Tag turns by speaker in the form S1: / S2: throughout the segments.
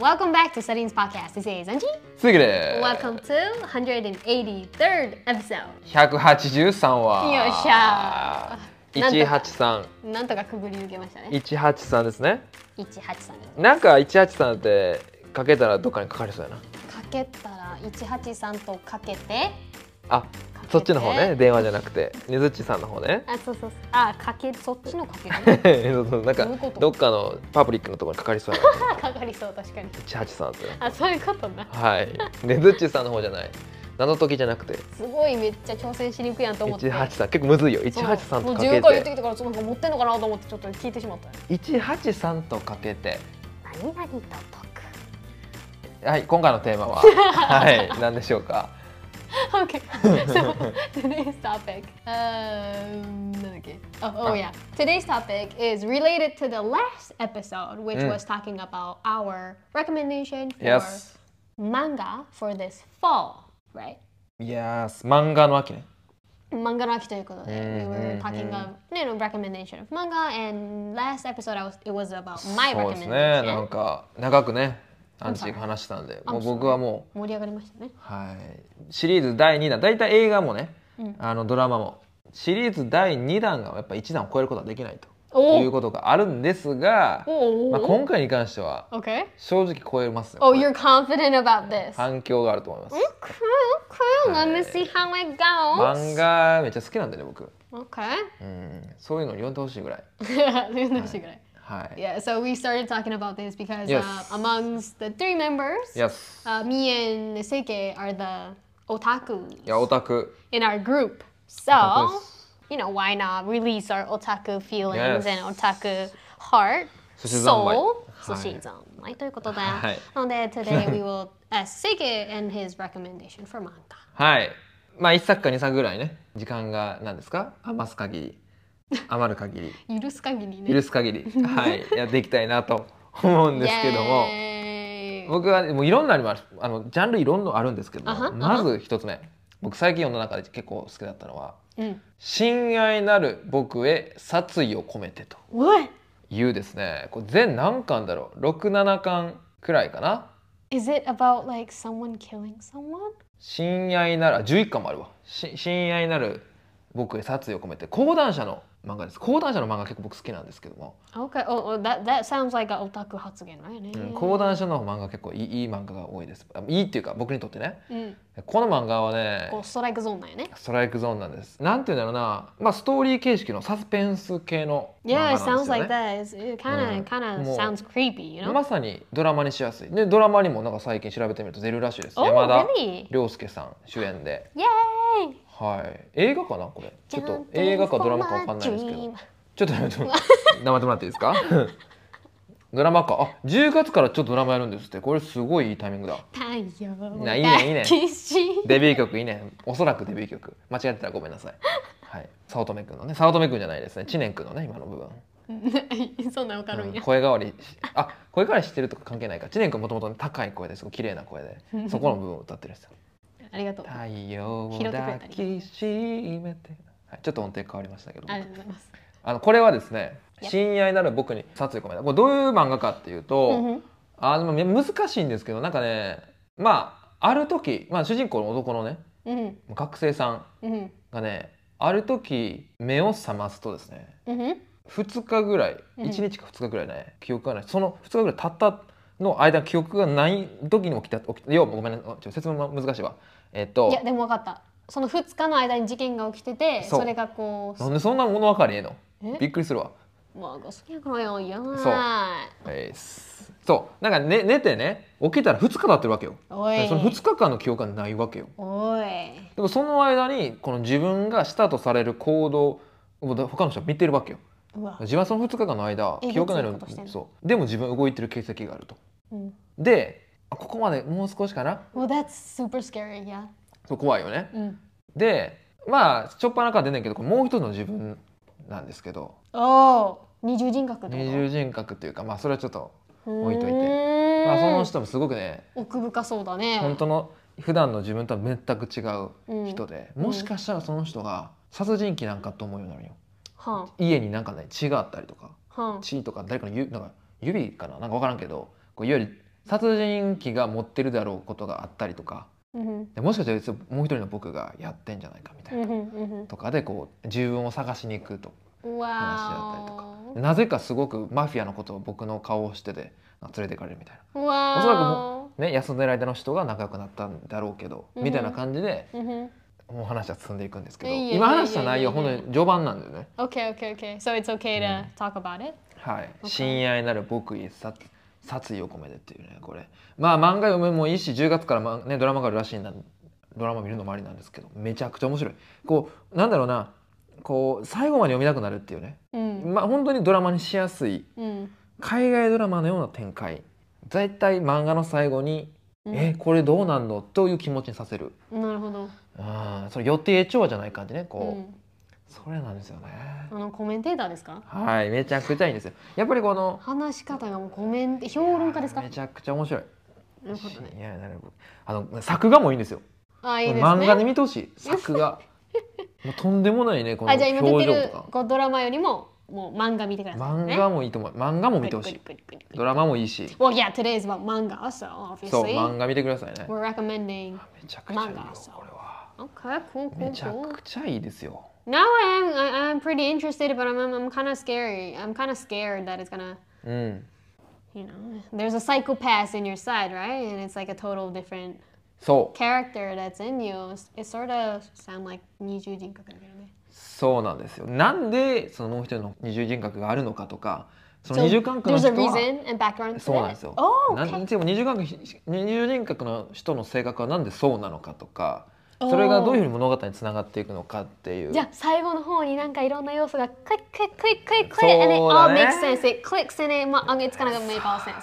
S1: Welcome back to Studying's podcast. This is Anji.
S2: すぐで
S1: Welcome to 183rd episode.
S2: 183話
S1: よっしゃー
S2: 183
S1: なんとかくぐり抜けましたね。
S2: 183ですね
S1: 183に。
S2: なんか183ってかけたらどっかにかかりそうやな
S1: かけたら183とかけて。
S2: あ
S1: けて
S2: そっちの方ね電話じゃなくてねずっちさんの方ね
S1: あ、そうそうそう。あ、かけ、そっちのかけ る。
S2: そうそうなんか
S1: どういうこと
S2: どっかのパブリックのところにかかりそうやな
S1: かかりそう、確かに。
S2: 183って
S1: あ、そういうことな。
S2: はいねずっちさんの方じゃない謎解きじゃなくて
S1: すごいめっちゃ挑戦しにくいやんと思って。
S2: 183結構むずいよ
S1: そう
S2: 183
S1: もう
S2: とか
S1: 自分から言
S2: け
S1: って
S2: て
S1: きたから、ちょっとなんか持ってんのかなと思って、ちょっと聞いてしまったよ。
S2: 183とかけて
S1: 何々と解く。
S2: はい、今回のテーマ は、はい、何でしょうか。
S1: Okay, so today's topic, um, なんだっけ oh, oh yeah,
S2: Ah.
S1: today's topic is related to the last episode, which
S2: Mm.
S1: was talking about our recommendation for
S2: Yes.
S1: manga for this fall, right?
S2: Yes、漫画の秋ね。
S1: manga の秋ということで、we were
S2: うん
S1: talking
S2: mm-hmm.
S1: of you know recommendation of manga, and last episode I was it was about my
S2: そうですね、なん
S1: recommendation.
S2: か長くね、アンチが話したんで、もう僕はもう、
S1: 盛り上がりましたね。
S2: はい、シリーズ第2弾、だいたい映画もね、あのドラマも、シリーズ第2弾がやっぱ1弾を超えることはできない
S1: お
S2: ということがあるんですが、
S1: お
S2: まあ、
S1: お
S2: 今回に関しては
S1: Oh, Okay.
S2: 正直超えますよ。
S1: Oh,
S2: これ
S1: you're confident about this.
S2: 反響があると思います。
S1: Okay, okay. Let me see how it goes.
S2: 漫画めっちゃ好きなんでね、僕。
S1: Okay.
S2: うん、そういうの読んでほしいぐらい。 はい。
S1: yeah, so we started talking about this because
S2: Yes.
S1: uh, amongst the three members,
S2: Yes。
S1: uh, me and Seike are the otaku
S2: いや、オタク。
S1: in our group. So,
S2: Otakus.
S1: you know, why not release our otaku feelings
S2: Yes.
S1: and otaku heart,
S2: Sushi
S1: soul,
S2: 三昧。
S1: sushi 三昧ということで、
S2: はい。
S1: なので today we will ask Seike and his recommendation for manga.
S2: はい。まあ、1作か2作ぐらいね、時間が何ですか余す限り、余る限 り、許す限り、はい、やっていきたいなと思うんですけども、
S1: も。
S2: 僕はもういろんなのあります。あの、ジャンルいろんなのあるんですけど
S1: あは
S2: も、まず一つ目。僕最近読んだ中で結構好きだったのは、
S1: うん
S2: 親愛なる僕へ殺意を込めてと
S1: What?
S2: いうですね、これ全何巻だろう ?6、7巻くらいかな。
S1: Is it about like someone killing someone?
S2: 親愛なら11巻もあるわし親愛なる僕へ殺意を込めて講談社の漫画です講談社の漫画結構僕好きなんですけども、
S1: Okay. Oh, oh that that sounds like an otaku 発言 right?
S2: うん
S1: ね。
S2: 講談社の漫画結構いいいい漫画が多いですあいいっていうか僕にとってね
S1: うん。
S2: この漫画はね
S1: こうストライクゾーンなんやね。
S2: ストライクゾーンなんですなんていうんだろうな、まあ、ストーリー形式のサスペンス系の漫
S1: Yeah,
S2: 画
S1: it
S2: なんで
S1: sounds
S2: すよ
S1: like that. It's,
S2: ね
S1: it kind
S2: う
S1: of
S2: ん
S1: kind of
S2: もう
S1: sounds creepy, you know.
S2: まさにドラマにしやすいでドラマにもなんか最近調べてみると出るらしいです、
S1: Oh,
S2: 山田
S1: really?
S2: 涼介さん主演で
S1: Yay!
S2: はい映画かなこれちょっと
S1: Jumping
S2: 映画かドラマかわかんないですけ
S1: for
S2: ど
S1: my dream.
S2: ちょっと待って 黙ってもらっていいですかドラマかあ10月からちょっとドラマやるんですってこれすごいいいタイミングだ
S1: 太陽
S2: ないいねいいね
S1: 抱きし
S2: デビュー曲いいねおそらくデビュー曲間違ってたらごめんなさいはい早乙女くんのね早乙女くんじゃないですね知念くんのね今の部分、
S1: そんなんわかるん
S2: うん
S1: や。
S2: 声変わりしあ声変わりしてるとか関係ないか知念くんもともとね高い声ですごい綺麗な声でそこの部分を歌ってるんですよ
S1: ありがとう。あ
S2: 太陽を
S1: 拾ってくれたり
S2: 抱きしめてはいちょっと音程変わりましたけど
S1: りがとうございます。
S2: あのこれはですね
S1: や
S2: 親愛なる僕に殺意込めたこれどういう漫画かっていうと、
S1: うんうん
S2: あでもね難しいんですけどなんかねまあある時、まあ、主人公の男のね
S1: うん
S2: 学生さん
S1: うん
S2: がねある時目を覚ますとですね
S1: うん
S2: 2日ぐらい
S1: うん
S2: 1日か2日ぐらいね記憶がないその2日ぐらい経ったの間記憶がない時に起きた起き要はごめんねちょっと説明も難しいわえっと
S1: いやでも分かった。その2日の間に事件が起きてて、
S2: そう
S1: それがこう
S2: なんでそんなもの分かりええの
S1: え
S2: びっくりするわ
S1: もうご好きやからよ、いやー
S2: そうえーすそうなんか、ね、寝てね起きたら2日経ってるわけよ
S1: おい。
S2: その2日間の記憶がないわけよ
S1: おい。
S2: でもその間にこの自分がしたとされる行動をだ他の人は見てるわけよ
S1: うわ。
S2: 自分はその2日間の間
S1: え
S2: 記憶ないの
S1: 別のことしてんの
S2: そうでも自分動いてる形跡があると
S1: うん。
S2: であここまでもう少しかな
S1: Well, that's super scary, yeah.
S2: そう怖いよね
S1: うん。
S2: でまあちょっぱなから出ないけどこれもう一つの自分なんですけど
S1: おお。二重人格ってこと
S2: 二重人格っていうかまあそれはちょっと、置いといて
S1: うーん
S2: まあ、その人もすごくね
S1: 奥深そうだね。
S2: 本当の普段の自分とは全く違う人で、
S1: ん
S2: もしかしたらその人が殺人鬼なんかと思うようになるよ
S1: はん。
S2: 家になんかね血があったりとか
S1: はん。
S2: 血とか誰かの指なんか指かななんか分からんけどこういわゆる殺人鬼が持ってるだろうことがあったりとか
S1: うん
S2: でもしかしたら実はもう一人の僕がやってんじゃないかみたいな、
S1: うん
S2: とかでこう自分を探しに行くと
S1: うん
S2: 話だったりと
S1: わー
S2: なぜかすごくマフィアのことを僕の顔をしててあ連れてかれるみたい
S1: おわー
S2: おそらくもなね休んでる間の人が仲良くなったんだろうけど、
S1: うん
S2: みたいな感じで
S1: うんうん
S2: もう話は進んでいくんですけど
S1: いやいや
S2: 今話した内容
S1: いや
S2: は
S1: い
S2: 本
S1: や
S2: 当
S1: いや
S2: に序盤なんだよね
S1: Okay, okay, okay. So it's okay to talk about it.
S2: はい「
S1: Okay
S2: 親愛なる僕一冊殺意を込めて」っていうねこれまあ漫画読むもいいし10月からま、ね、ドラマがあるらしいんだドラマ見るのもありなんですけどめちゃくちゃ面白いこうなんだろうなこう最後まで読みたくなるっていうね、
S1: うん。
S2: まあ本当にドラマにしやすい
S1: うん。
S2: 海外ドラマのような展開大体漫画の最後に「
S1: うん
S2: えこれどうなんの?」という気持ちにさせる
S1: なるほど。
S2: あーそれ予定調和じゃない感じね
S1: う
S2: こう、
S1: ん。
S2: それなんですよね
S1: あのコメンテーターですか？
S2: はいめちゃくちゃいいんですよやっぱりこの
S1: 話し方がもうコメンテ評論家ですか？
S2: め
S1: な
S2: ちゃくちゃ面白い
S1: るほどね。
S2: いやなるほどあの作画もいいんですよ
S1: あいいです
S2: 漫画で
S1: ね。
S2: 見てほしい作 画もうとんでもないねこの
S1: あじゃあ
S2: 表
S1: 今出て
S2: 情
S1: る
S2: とか
S1: こうドラマよりももう漫画見てくださいね。
S2: 漫画もいいと思う漫画も見てほしいドラマもいいし
S1: Well, yeah, today is about manga, so obviously
S2: そう漫画見てくださいね
S1: we're recommending.
S2: めちゃくちゃいいよ
S1: 漫画そう
S2: これは
S1: Okay, cool,
S2: め
S1: cool,
S2: ちゃ
S1: cool.
S2: くちゃいいですよ
S1: Now I am I, I'm pretty interested, but I'm I'm, I'm kind of scary. I'm kind of scared that it's gonna
S2: うん、
S1: you know, there's a psychopath in your side, right? And it's like a total different
S2: そう
S1: character that's in you. It sort of sound like 二重人格だけどね。
S2: そうなんですよなんでそのもう一人の二重人格があるのかとかそ
S1: So
S2: の二重感覚の
S1: there's
S2: 人
S1: a
S2: は
S1: reason and background to
S2: そうなんですよ
S1: it. Oh,
S2: な
S1: okay.
S2: んでも二重感覚二重人格の人の性格はなんでそうなのかとか
S1: おー
S2: それがどういうふうに物語につながっていくのかっていう
S1: じゃあ最後の方になんかいろんな要素がクリックリックリックリック
S2: そう
S1: and it all
S2: だね
S1: makes sense. It clicks and it, ma- it's gonna make all sense.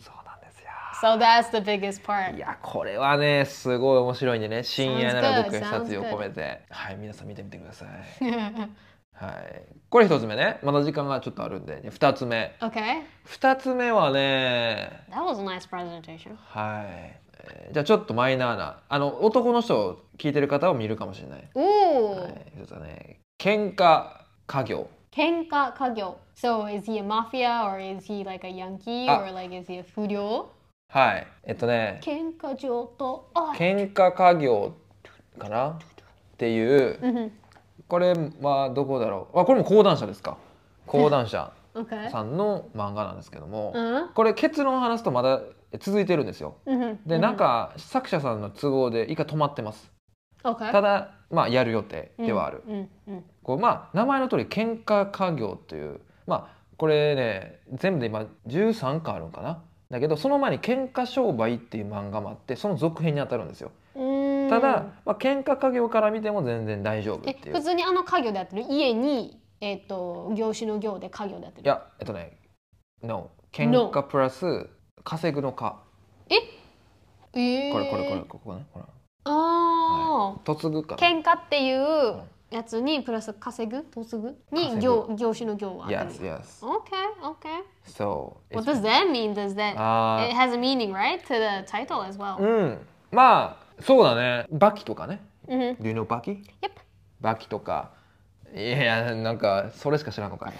S2: そうなんですよ
S1: So that's the biggest part.
S2: いやこれはねすごい面白いんでね「深夜なら僕へ
S1: Sounds good,
S2: 殺意を
S1: sounds good.
S2: 込めて」はい皆さん見てみてく ださいはいこれ一つ目ねまだ時間がちょっとあるんで二つ目
S1: okay.
S2: 二つ目はね
S1: That was a nice presentation.
S2: はい、えーじゃあちょっとマイナーなあの男の人を聞いてる方を見るかもしれない、は
S1: Ooh.
S2: い、ちょっとね喧嘩家業
S1: Kenka Kagyo. So is he a mafia or is he like a Yankee
S2: Ah.
S1: or like is he a furyo?
S2: はいえっとね
S1: Kenka Joto. Oh.
S2: 喧嘩家業かなっていう
S1: うん
S2: これはどこだろうあこれも講談社ですか講談社
S1: Okay.
S2: さんの漫画なんですけども、
S1: うん
S2: これ結論を話すとまだ続いてるんですよ
S1: うん
S2: でなんか作者さんの都合で一回止まってます
S1: Okay.
S2: ただまあやる予定ではある、
S1: うんうん
S2: こうまあ名前の通り喧嘩家業というまあこれね全部で今13巻あるんかなだけどその前に「喧嘩商売」っていう漫画もあってその続編にあたるんですよ
S1: うん。
S2: ただ、まあ喧嘩家業から見ても全然大丈夫
S1: え
S2: っていう
S1: 普通にあの家業でやってる家にえっ、と業種の業で家業でやって
S2: い
S1: る。
S2: やえっとね No 喧嘩プラス稼ぐのか
S1: えー
S2: これこれこれ。ここねほら
S1: ああ、
S2: 嫁ぐかな
S1: 喧嘩っていうやつにプラス稼ぐ嫁ぐに業業種の業は合って
S2: Yes
S1: る。
S2: yes
S1: Okay, okay.
S2: So
S1: What
S2: it's-
S1: does that mean? Does that
S2: あ
S1: It has a meaning, right? To the title as
S2: ー
S1: well.
S2: うんまあそうだねバキとかね
S1: Mm-hmm.
S2: Do you know バキ
S1: Yep.
S2: バキとかいやなんかそれしか知らんのかい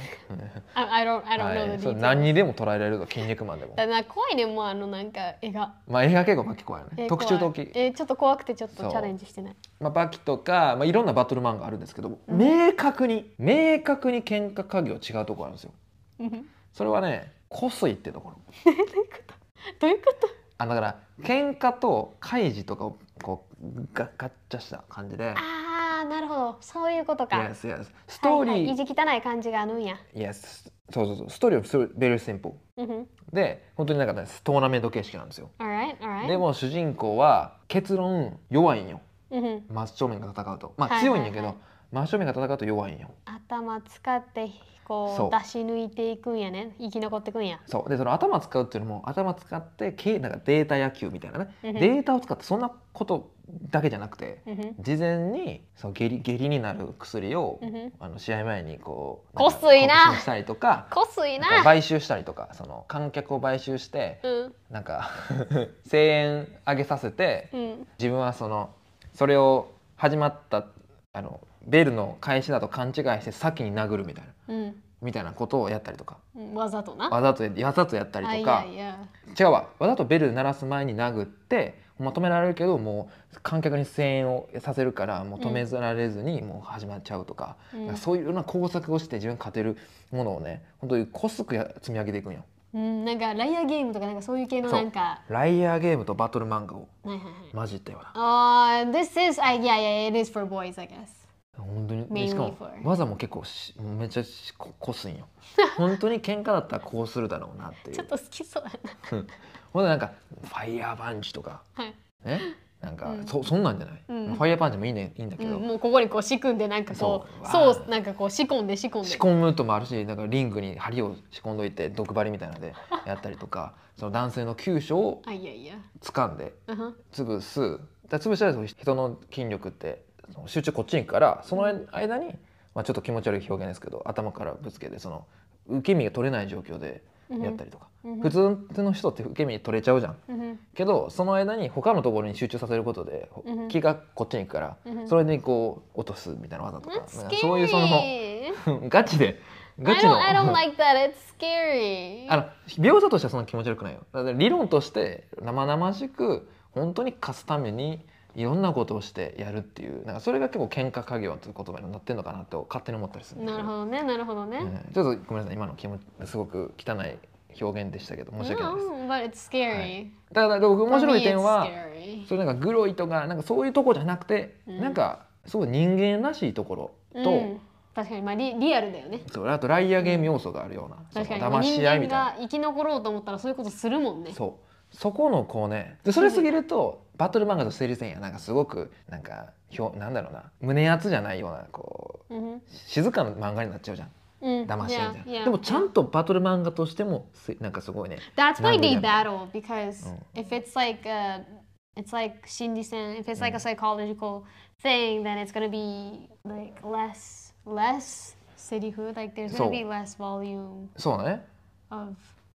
S1: I, I don't I don't
S2: は
S1: know
S2: い、そ
S1: the
S2: う何
S1: details.
S2: にでも捉えられるぞ筋肉マンでも
S1: だから怖いねもうあのなんか絵が
S2: まあ映画結構バキ怖いよ
S1: 絵
S2: ね特注
S1: 怖い
S2: 時、
S1: えーちょっと怖くてちょっと
S2: そう
S1: チャレンジしてない
S2: まあ、バキとか、まあ、いろんなバトル漫画あるんですけど、明確に明確に喧嘩家業違うところあるんですよ
S1: うんど
S2: それはねこすいってところ
S1: ういうこと
S2: あだから喧嘩と開示とかをこうガッガッチャした感じで
S1: ああなるほどそういうことか、
S2: Yes, yes. ストーリー、
S1: はいはい、意地汚い感じがあるんや
S2: Yes. そうそうそう。ストーリーはすごい very simple。
S1: うんうん
S2: で、本当になんかね、トーナメント形式なんですよ。
S1: alright alright
S2: でも主人公は結論弱いんよ。
S1: うんうん
S2: 真正面が戦うと。ま
S1: は
S2: あ
S1: いは
S2: 強
S1: い
S2: い
S1: は
S2: ん
S1: い
S2: やけど、真正面が戦うと弱いんよ。
S1: 頭使って
S2: そ
S1: こ
S2: う
S1: う出し抜いていくんやね生き残っていくんや
S2: そう。で、その頭使うっていうのも、頭使って、けなんかデータ野球みたいなね。
S1: う
S2: デ
S1: んうん
S2: ータを使ってそんなことだけじゃなくて、
S1: うんうん
S2: 事前にそう下痢下痢になる薬を、
S1: うんうん
S2: あの試合前にこう、
S1: こすいな
S2: 告知したりとか、
S1: こすい
S2: なんか
S1: な
S2: 買収したりとか、その観客を買収して、
S1: うん
S2: なんか 声援上げさせて
S1: うん
S2: 自分はそのそれを始まったあのベルの開始だと勘違いして先に殴るみたいな
S1: うん
S2: みたいなことをやったりとか
S1: うんわざとな
S2: わざとやわざとやったりとか
S1: あいやいや
S2: 違うわわざとベル鳴らす前に殴ってほんま止められるけどもう観客に声援をさせるからもう止められずにもう始まっちゃうとか,、
S1: うん
S2: そういうような工作をして自分が勝てるものをね本当にこすくや積み上げていくんよ
S1: うん、なんかライアーゲームとかなんかそういう系の
S2: そう
S1: なんか。
S2: ライアーゲームとバトル漫画を
S1: はいはいはい。
S2: 混じったような
S1: ああ、this is I yeah yeah it is for boys I guess。
S2: 本当に
S1: Mainly
S2: でしかも
S1: for-
S2: 技も結構しめっちゃしここすんよ 本当に喧嘩だったらこうするだろうなってい
S1: ちょっ
S2: う
S1: と好きそうだな。
S2: ほんでなんかファイヤーパンチとか
S1: はい。
S2: ねなんか、
S1: うん
S2: そそんなんじゃない、
S1: うん
S2: まあファイヤーパンチもいい,、ね、いいんだけど、
S1: うん、もうここにこう仕組んでなんかこう
S2: そう
S1: そうなんかこう仕込んで仕込んで。
S2: 仕込むともあるしなんかリングに針を仕込んどいて毒針みたいなのでやったりとかその男性の急所を
S1: あいやいや。
S2: 掴んで
S1: うんふん
S2: 潰すだから潰したらその人の筋力ってその集中こっちに行くからその間に、まあ、ちょっと気持ち悪い表現ですけど頭からぶつけてその受け身が取れない状況でやったりとか、
S1: うん
S2: 普通の人って受け身取れちゃうじゃん
S1: うんふん
S2: けどその間に他のところに集中させることで、
S1: うんうん
S2: 気がこっちに行くから、
S1: うんうん
S2: それにこう落とすみたいな技とか,、
S1: That's
S2: なん
S1: scary.
S2: かそういうその ガチでガ
S1: I
S2: チの
S1: don't, I don't like that. It's scary.
S2: あの描写としてはそんな気持ち悪くないよだから理論として生々しく本当に貸すためにいろんなことをしてやるっていうなんかそれが結構喧嘩家業という言葉になってるのかなと勝手に思ったりするんだ
S1: な
S2: け
S1: るほどね、なるほどね。
S2: えーちょっとごめんなさい今の気持ちすごく汚い表現でしたけど申し訳ないです
S1: No, but it's scary.
S2: はだから僕面白い点
S1: For
S2: は
S1: me, it's
S2: そういうなんかグロいとかなんかそういうとこじゃなくて、
S1: うん
S2: なんかすごい人間らしいところ
S1: scary.
S2: と、
S1: うん、確かにまあリリアルだよね。
S2: そうあとライアーゲーム要素があるような、
S1: 確かに
S2: その騙し合いみ
S1: 人間
S2: たいな
S1: が生き残ろうと思ったらそういうことするもんね。
S2: そうそこのこうねでそれすぎるとバトル漫画と成立せんやなんかすごくなんかひょなんだろうな胸熱じゃないようなこう
S1: うん
S2: 静かな漫画になっちゃうじゃん
S1: うん。
S2: 騙し合いみたい
S1: Yeah,
S2: な、
S1: yeah.
S2: でもちゃんとバトル漫画としてもせなんかすごいね
S1: That's why
S2: なんで
S1: they
S2: だ
S1: battle because
S2: うん
S1: if it's like a, it's like Shinji-san, if it's like a psychological thing, then it's gonna be like less less city hood. Like there's gonna
S2: そう
S1: be less volume
S2: そうだね
S1: of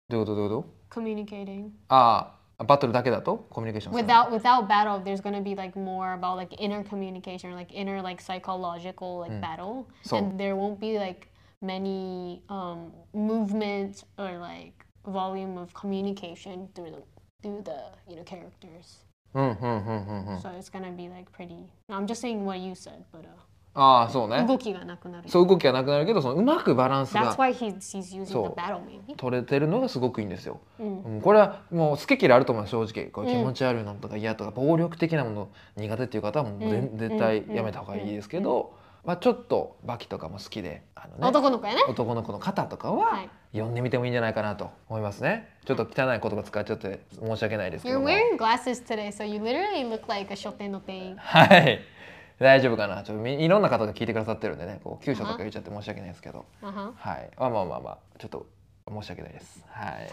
S2: どういうことどういうこと
S1: communicating.
S2: ああバトルだけだとコミュニケーションする
S1: Without without battle, there's gonna be like more about like inner communication, like inner like psychological like battle,
S2: So-
S1: and there won't be like many um, movement or like volume of communication through the through the you know characters.
S2: うんうんうんうんうん
S1: So it's gonna be like pretty. I'm just saying what you said, but uh,
S2: ああそうね
S1: 動きがなくなる。
S2: そう動きがなくなるけどそのうまくバランス
S1: That's
S2: が
S1: why he's he's using the
S2: そう。
S1: battle maybe.
S2: 取れてるのがすごくいいんですよ、
S1: うん
S2: うんこれはもう好き嫌いあると思う正直これ気持ち悪いのとか嫌とか、暴力的なもの苦手っていう方はもうぜん、
S1: うん
S2: 絶対やめた方がいいですけど、まあ、ちょっとバキとかも好きであの、ね、
S1: 男の子やね。
S2: 男の子の肩とか
S1: は
S2: はい読んでみてもいいんじゃないかなと思いますねちょっと汚い言葉使っちゃって申し訳ないですけ
S1: You're
S2: ども
S1: wearing glasses today, so you literally look like a shoten no thing.
S2: はい大丈夫かなちょっとみいろんな方が聞いてくださってるんでねこう急所とか言っちゃって申し訳ないですけど、
S1: Uh huh.
S2: はいまあまあまあまあちょっと申し訳ないですはい。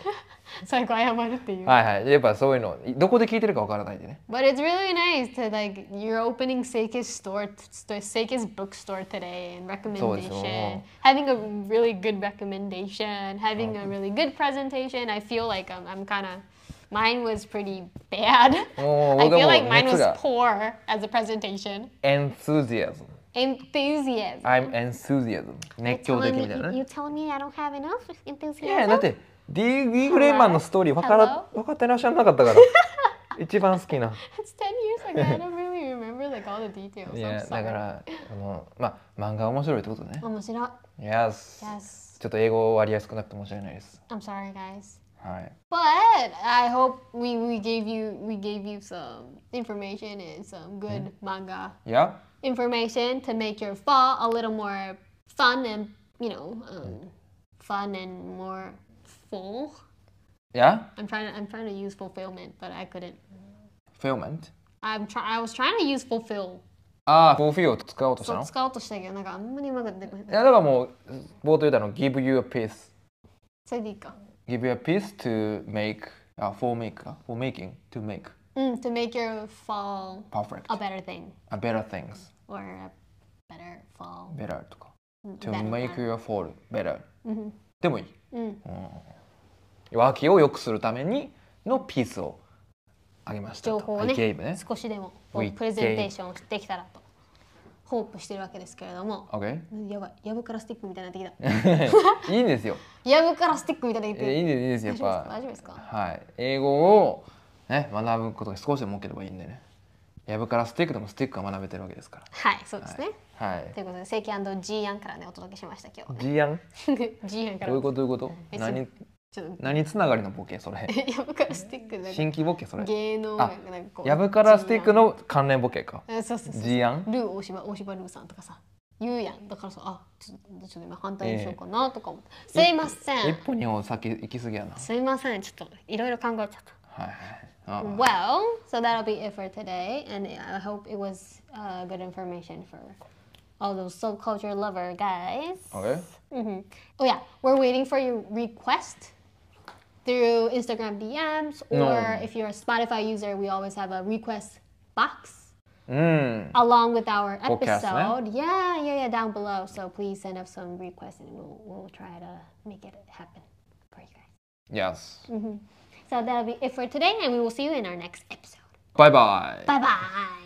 S1: 最後謝るっていう。
S2: はいはい、やっぱそういうのどこで聞いてるかわからないんでね
S1: But it's really nice to like you're opening Seikis store, st- Seikis bookstore today and recommendation,
S2: そうですよ。
S1: having a really good recommendation, having a really good presentation. I feel like um, I'm kind of mine was pretty bad.
S2: もう
S1: I
S2: 僕
S1: feel
S2: は
S1: like
S2: もう
S1: mine
S2: 熱
S1: was
S2: が
S1: poor as a presentation.
S2: enthusiasm
S1: Enthusiasm.
S2: I'm enthusiasm 熱狂
S1: telling
S2: 的
S1: me,
S2: みたいな
S1: you,
S2: ね
S1: you telling me I don't have enough
S2: いや
S1: enthusiasm?
S2: だってディー・グレイマンのストーリー分から分かってらっしゃらなかったから一番好きな
S1: It's ten years ago. I don't really remember like all the details.
S2: い
S1: I'm
S2: やだ
S1: sorry.
S2: からあのまあ漫画面白いってことね
S1: 面白い。
S2: Yes
S1: Yes.
S2: ちょっと英語割合少なくて申し訳ないです
S1: I'm sorry, guys.
S2: はい
S1: But I hope we, we gave you we gave you some information and some good
S2: Mm-hmm.
S1: manga
S2: いや
S1: information to make your fall a little more fun and you know um,
S2: Mm.
S1: fun and more full.
S2: いや
S1: I'm trying to I'm trying to use fulfillment, but I couldn't.
S2: fulfillment
S1: I'm try I was trying to use fulfill.
S2: ああ fulfill を使おうとしたのい
S1: そっち買おうとしたけどなんかあんまりうまく出てこない。
S2: やだからもう冒頭言ったの give you a piece
S1: それでいいか。うん、to
S2: give you a piece to make あ for make か for making to make
S1: Mm, make your fall
S2: perfect
S1: a better thing
S2: a better things
S1: or a better fall.
S2: better とか to
S1: better
S2: make your fall better
S1: うん
S2: でもいい
S1: うん
S2: 脇を良くするためにのピースをあげましたと
S1: 情報をね
S2: I gave ね
S1: 少しでもこう
S2: We
S1: プレゼンテーションしてきたらとホープしてるわけですけれども
S2: OK?
S1: やばいやぶからスティックみたいになってきた
S2: いいんですよ。
S1: やぶからスティックみたい になってき
S2: えいいんですいいんですやっぱ
S1: 大丈夫ですか大丈夫です
S2: はい英語をね学ぶことが少しでも多ければいいんでねやぶからスティックでもスティックが学べてるわけですから
S1: たはいそうですね、
S2: はい、
S1: ということで正規 &G アンからねお届けしました今日はね
S2: 事案
S1: G アンか
S2: ど
S1: ら
S2: ういうことどういうこと
S1: え
S2: 何
S1: ちょっと
S2: 何つながりのボケそれ
S1: やぶからスティックなんか
S2: 新規ボケそれ
S1: 芸能
S2: あ
S1: なんかこう
S2: やぶからスティック
S1: G
S2: の関連ボケか
S1: やんえそうそうそう
S2: 事案
S1: ルー大島大島ルーさんとかさ言うやんだからさあちょっとちょっと今反対にしようかなとか思って、すいませ
S2: 一
S1: ん
S2: 歩二歩先行き過ぎやな
S1: すいませんちょっといろいろ考えちゃった
S2: はいはいあ
S1: Well, so that'll be it for today, and I hope it was uh, good information for all those subculture lover guys.
S2: OK
S1: hmm Oh yeah, we're waiting for your request through Instagram DMs, or
S2: No.
S1: if you're a Spotify user, we always have a request box
S2: うん、
S1: along with our
S2: Podcast, eh?
S1: episode. Yeah, yeah, yeah, down below. So please send us some requests, and we'll we'll try to make it happen for you guys.
S2: Yes
S1: So that'll be it for today, and we will see you in our next episode.
S2: バイバイ
S1: Bye bye.